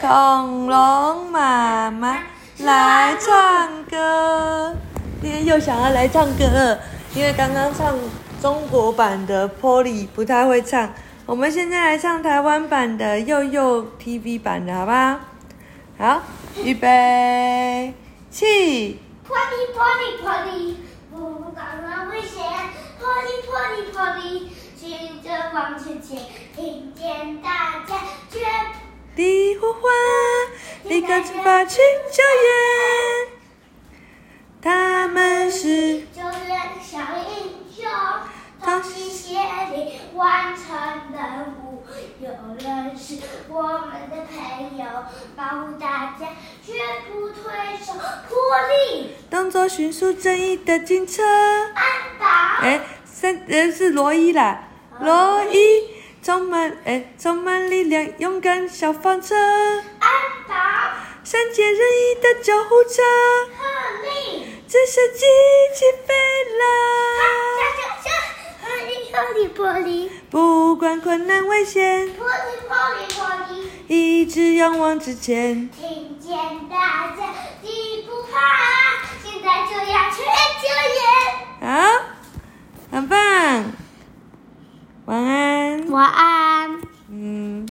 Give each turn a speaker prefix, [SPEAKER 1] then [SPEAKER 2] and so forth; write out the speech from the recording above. [SPEAKER 1] 恐龙妈妈来唱歌，今天又想要来唱歌了，因为刚刚唱中国版的 Polly 不太会唱，我们现在来唱台湾版的幼幼 TV 版的好吧？好，预备起！
[SPEAKER 2] Potty, potty, potty，我不管了危险。Potty, potty, potty，循着往前前，听见大家绝
[SPEAKER 1] 的呼啊唤，立刻出发去救援。他们是
[SPEAKER 2] 不就人小英雄，同心协力完成任务。有人是我们的朋友，保护大家，绝不退手。破例
[SPEAKER 1] 动作迅速正义的警车。
[SPEAKER 2] 安保，
[SPEAKER 1] 哎，三呃是罗伊啦，罗伊充满哎充满力量，勇敢小方车，
[SPEAKER 2] 安保，
[SPEAKER 1] 善解人意的救护车，
[SPEAKER 2] 特例。
[SPEAKER 1] 直升机起飞了。
[SPEAKER 2] 玻璃，
[SPEAKER 1] 不管困难危险，
[SPEAKER 2] 玻璃，玻璃，玻璃，
[SPEAKER 1] 一直勇往直前。
[SPEAKER 2] 听见大家
[SPEAKER 1] 嗯